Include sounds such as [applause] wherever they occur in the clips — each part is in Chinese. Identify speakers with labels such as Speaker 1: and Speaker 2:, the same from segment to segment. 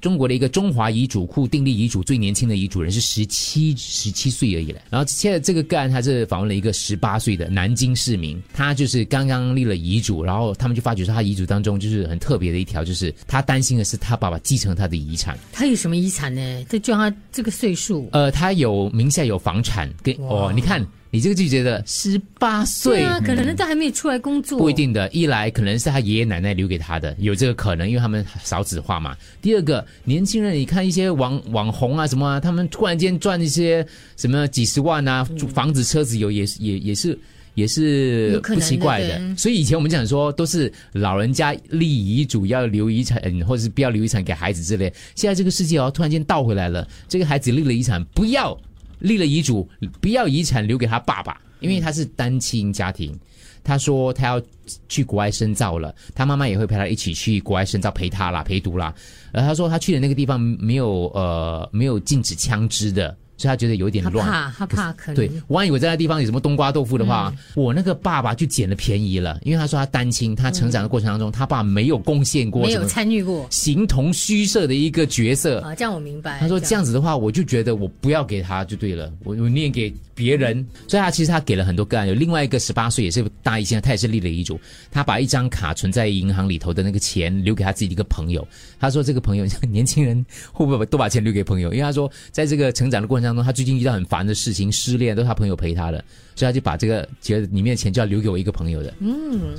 Speaker 1: 中国的一个中华遗嘱库订立遗嘱最年轻的遗嘱人是十七十七岁而已嘞。然后现在这个个案，他是访问了一个十八岁的南京市民，他就是刚刚立了遗嘱，然后他们就发觉说他遗嘱当中就是很特别的一条，就是他担心的是他爸爸继承他的遗产。
Speaker 2: 他有什么遗产呢？这就他这个岁数，
Speaker 1: 呃，他有名下有房产跟哦，你看你这个就觉得十八岁
Speaker 2: 对啊，可能他还没有出来工作，
Speaker 1: 不一定的，一来可能是他爷爷奶奶留给他的，有这个可能，因为他们少子化嘛。第二个，年轻人，你看一些网网红啊什么啊，他们突然间赚一些什么几十万啊，住房子、车子有也是也也是也是
Speaker 2: 有可
Speaker 1: 不
Speaker 2: 能
Speaker 1: 奇怪
Speaker 2: 的对
Speaker 1: 所以以前我们讲说，都是老人家立遗嘱要留遗产，或者是不要留遗产给孩子之类。现在这个世界哦，突然间倒回来了，这个孩子立了遗产，不要立了遗嘱，不要遗产留给他爸爸，因为他是单亲家庭。他说他要去国外深造了，他妈妈也会陪他一起去国外深造，陪他啦，陪读啦。呃，他说他去的那个地方没有呃没有禁止枪支的，所以他觉得有点
Speaker 2: 他
Speaker 1: 乱。
Speaker 2: 怕他嗯怕可能
Speaker 1: 对，万一我在那地方有什么冬瓜豆腐的话，我那个爸爸就捡了便宜了，因为他说他单亲，他成长的过程当中，他爸没有贡献过
Speaker 2: 没
Speaker 1: 什
Speaker 2: 有
Speaker 1: 么，
Speaker 2: 参与过
Speaker 1: 形同虚设的一个角色。
Speaker 2: 啊，这样我明白。
Speaker 1: 呃他说这样子的话，我就觉得我不要给他就对了，我我念给别人。所以他其实他给了很多个案，有另外一个十八岁也是大一新，他也是立了遗嘱，他把一张卡存在银行里头的那个钱留给他自己的一个朋友。他说这个朋友年轻人会不会都把钱留给朋友？因为他说在这个成长的过程当中，他最近遇到很烦的事情，失恋都是他朋友陪他的，所以他就把这个觉得里面的钱就要留给我一个朋友的。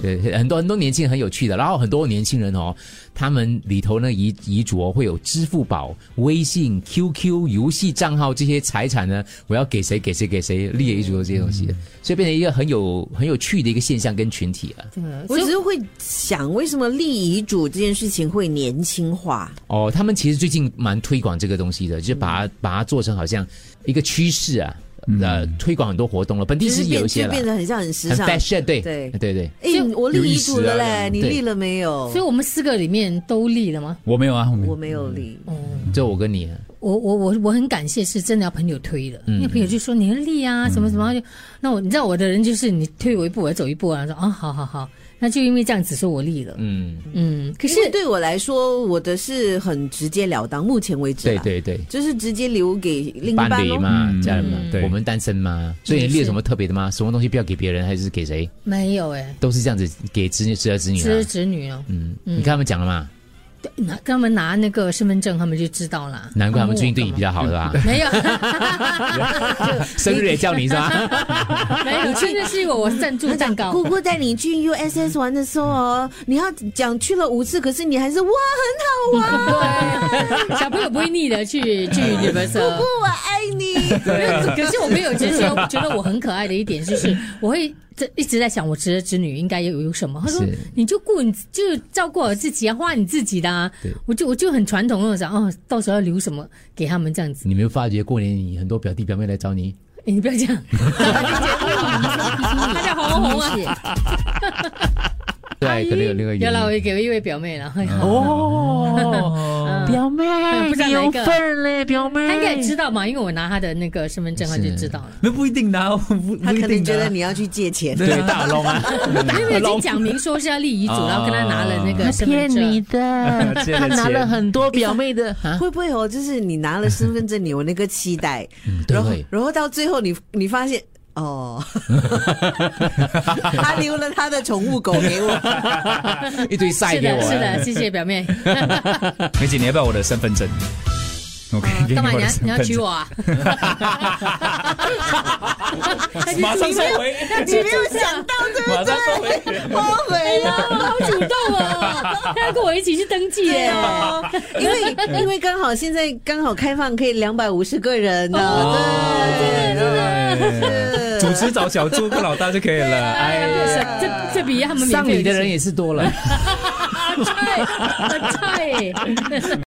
Speaker 1: 对，很多很多年轻人很有趣的，然后很多年轻人哦，他们里头呢遗遗嘱哦会有支付宝、微信、QQ 游戏账号这些财产呢，我要给谁给谁给谁立遗嘱的这些东西，
Speaker 3: 嗯
Speaker 1: 所以变成一个很有很有趣的一个现象跟群体啊了。
Speaker 2: 对，啊
Speaker 3: 我
Speaker 2: 所以
Speaker 3: 只是会想，为什么立遗嘱这件事情会年轻化？
Speaker 1: 哦，他们其实最近蛮推广这个东西的，就是把
Speaker 3: 嗯
Speaker 1: 它、把它做成好像一个趋势啊，呃，推广很多活动了。本地
Speaker 3: 就
Speaker 1: 是
Speaker 3: 是
Speaker 1: 有
Speaker 3: 变
Speaker 1: 一些
Speaker 3: 嗯就
Speaker 1: 了，
Speaker 3: 变得很像很时
Speaker 1: 很
Speaker 3: 尚。
Speaker 1: fashion，对
Speaker 3: 对
Speaker 1: 对对，
Speaker 3: 哎，我立遗嘱了
Speaker 4: 有意思啊
Speaker 3: 嘞，你
Speaker 1: 对
Speaker 3: 立了没有
Speaker 2: 所以？我们四个里面都立了吗？
Speaker 4: 我没有啊，我没有。
Speaker 3: 我没有立，
Speaker 2: 嗯
Speaker 1: 就我跟你啊，
Speaker 2: 我我我我很感谢，是真的要朋友推的，
Speaker 1: 嗯
Speaker 2: 因为朋友就说你要立啊，什么什么，就那我你知道我的人就是你推我一步，我要走一步啊，说啊，好好好，那就因为这样子，所以我立了，
Speaker 1: 嗯，
Speaker 2: 嗯，可是
Speaker 3: 因为对我来说，我的是很直截了当，目前为止
Speaker 1: 对
Speaker 3: 啦，
Speaker 1: 对对。
Speaker 3: 就是直接留给另一
Speaker 1: 伴
Speaker 3: 半
Speaker 1: 侣
Speaker 3: 咯。
Speaker 1: 嘛，
Speaker 4: 嗯
Speaker 1: 家人嘛，
Speaker 4: 嗯对
Speaker 1: 我们单身嘛，所以你列有什么特别的吗？什么东西不要给别人，还是给谁？
Speaker 2: 没有哎、
Speaker 1: 都是这样子给侄女、侄儿、侄女
Speaker 2: 侄儿
Speaker 1: 啊。
Speaker 2: 侄女哦，
Speaker 1: 嗯，你看他们讲了嘛，
Speaker 2: 对拿跟他们拿那个身份证，他们就知道啊啦。
Speaker 1: 难怪他们最近对你比
Speaker 2: 较
Speaker 1: 较好，是
Speaker 2: [laughs]
Speaker 1: 吧？
Speaker 2: 没有，
Speaker 1: [laughs] 生日也叫你是吧？
Speaker 2: [laughs] 没有，真的是因为我赞助蛋糕
Speaker 3: 姑。姑带你去 USS 玩的时候哦，你要讲去了五次，可是你还是哇，很好玩，
Speaker 2: 对，小朋友不会腻的，去去你们说。
Speaker 3: 姑我爱你。
Speaker 2: 可是我没有觉得，觉得我很可爱的一点就是，我会这一直在想，我侄儿侄女应该有有什么？他说
Speaker 1: 是，
Speaker 2: 你就顾你就照顾好自己啊，花你自己的啊
Speaker 1: 对。
Speaker 2: 我就我就很传统那种想，哦，到时候要留什么给他们这样子。
Speaker 1: 你没有发觉过年你很多表弟表妹来找你？
Speaker 2: 诶你不要这样，他叫红红啊，
Speaker 1: 对，可能有那个
Speaker 2: [laughs] 原
Speaker 1: 原
Speaker 2: 来我
Speaker 1: 因。
Speaker 2: 也给一位表妹了。哎呀 [laughs]
Speaker 1: 哦，表妹
Speaker 2: 嗯不知道
Speaker 1: 你
Speaker 2: 哪一
Speaker 1: 有
Speaker 2: 个
Speaker 1: 份嘞，表妹。
Speaker 2: 他应该也知道嘛，因为我拿他的那个身份证，他就知道了。
Speaker 4: 那不一定的、啊， [laughs] 不不
Speaker 3: 他
Speaker 4: 一
Speaker 3: 可
Speaker 4: 定
Speaker 3: 能觉
Speaker 4: 的、
Speaker 3: 得
Speaker 4: 啊。
Speaker 3: 你要去借钱，
Speaker 4: 对大龙啊，
Speaker 2: 因为已经讲明说是要立遗嘱，
Speaker 4: 哦，
Speaker 2: 然后跟他拿了那个身份
Speaker 1: 骗你
Speaker 2: 证。
Speaker 1: 的
Speaker 4: [laughs] 借了
Speaker 1: 他拿了
Speaker 4: 钱
Speaker 1: 很多表妹的，哈
Speaker 3: 会不会哦？就是你拿了身份证，你有那个期待，
Speaker 1: 对
Speaker 3: 然后
Speaker 1: 会
Speaker 3: 然后到最后你你发现哦，他留了他的宠物狗给我，
Speaker 1: [laughs] 一堆晒
Speaker 2: 是
Speaker 1: 给
Speaker 2: 的，
Speaker 1: 我。啊
Speaker 2: 是的，谢谢表 [laughs] 妹。
Speaker 4: 梅姐，你要不要我的身份证？我可以给
Speaker 2: 哦干嘛你
Speaker 4: 我的
Speaker 2: 要
Speaker 4: 身
Speaker 2: 你要
Speaker 4: 份
Speaker 2: 娶
Speaker 4: 证
Speaker 2: 我。 [laughs] 啊？
Speaker 4: 马上收回，
Speaker 3: 你没有想到对
Speaker 4: 马
Speaker 3: 不
Speaker 4: 上收
Speaker 3: 对？
Speaker 4: 回。
Speaker 3: 后悔了。
Speaker 2: 哎好主动哦，他要跟我一起去登记耶。啊
Speaker 3: 因为因为刚好现在刚好开放可以两百五十个人呢、
Speaker 4: 哦对，主持找小猪跟老大就可以了。哎呀，
Speaker 2: 这这比他们免
Speaker 1: 上
Speaker 2: 费
Speaker 1: 你的人也是多了。
Speaker 2: 啊，对，对。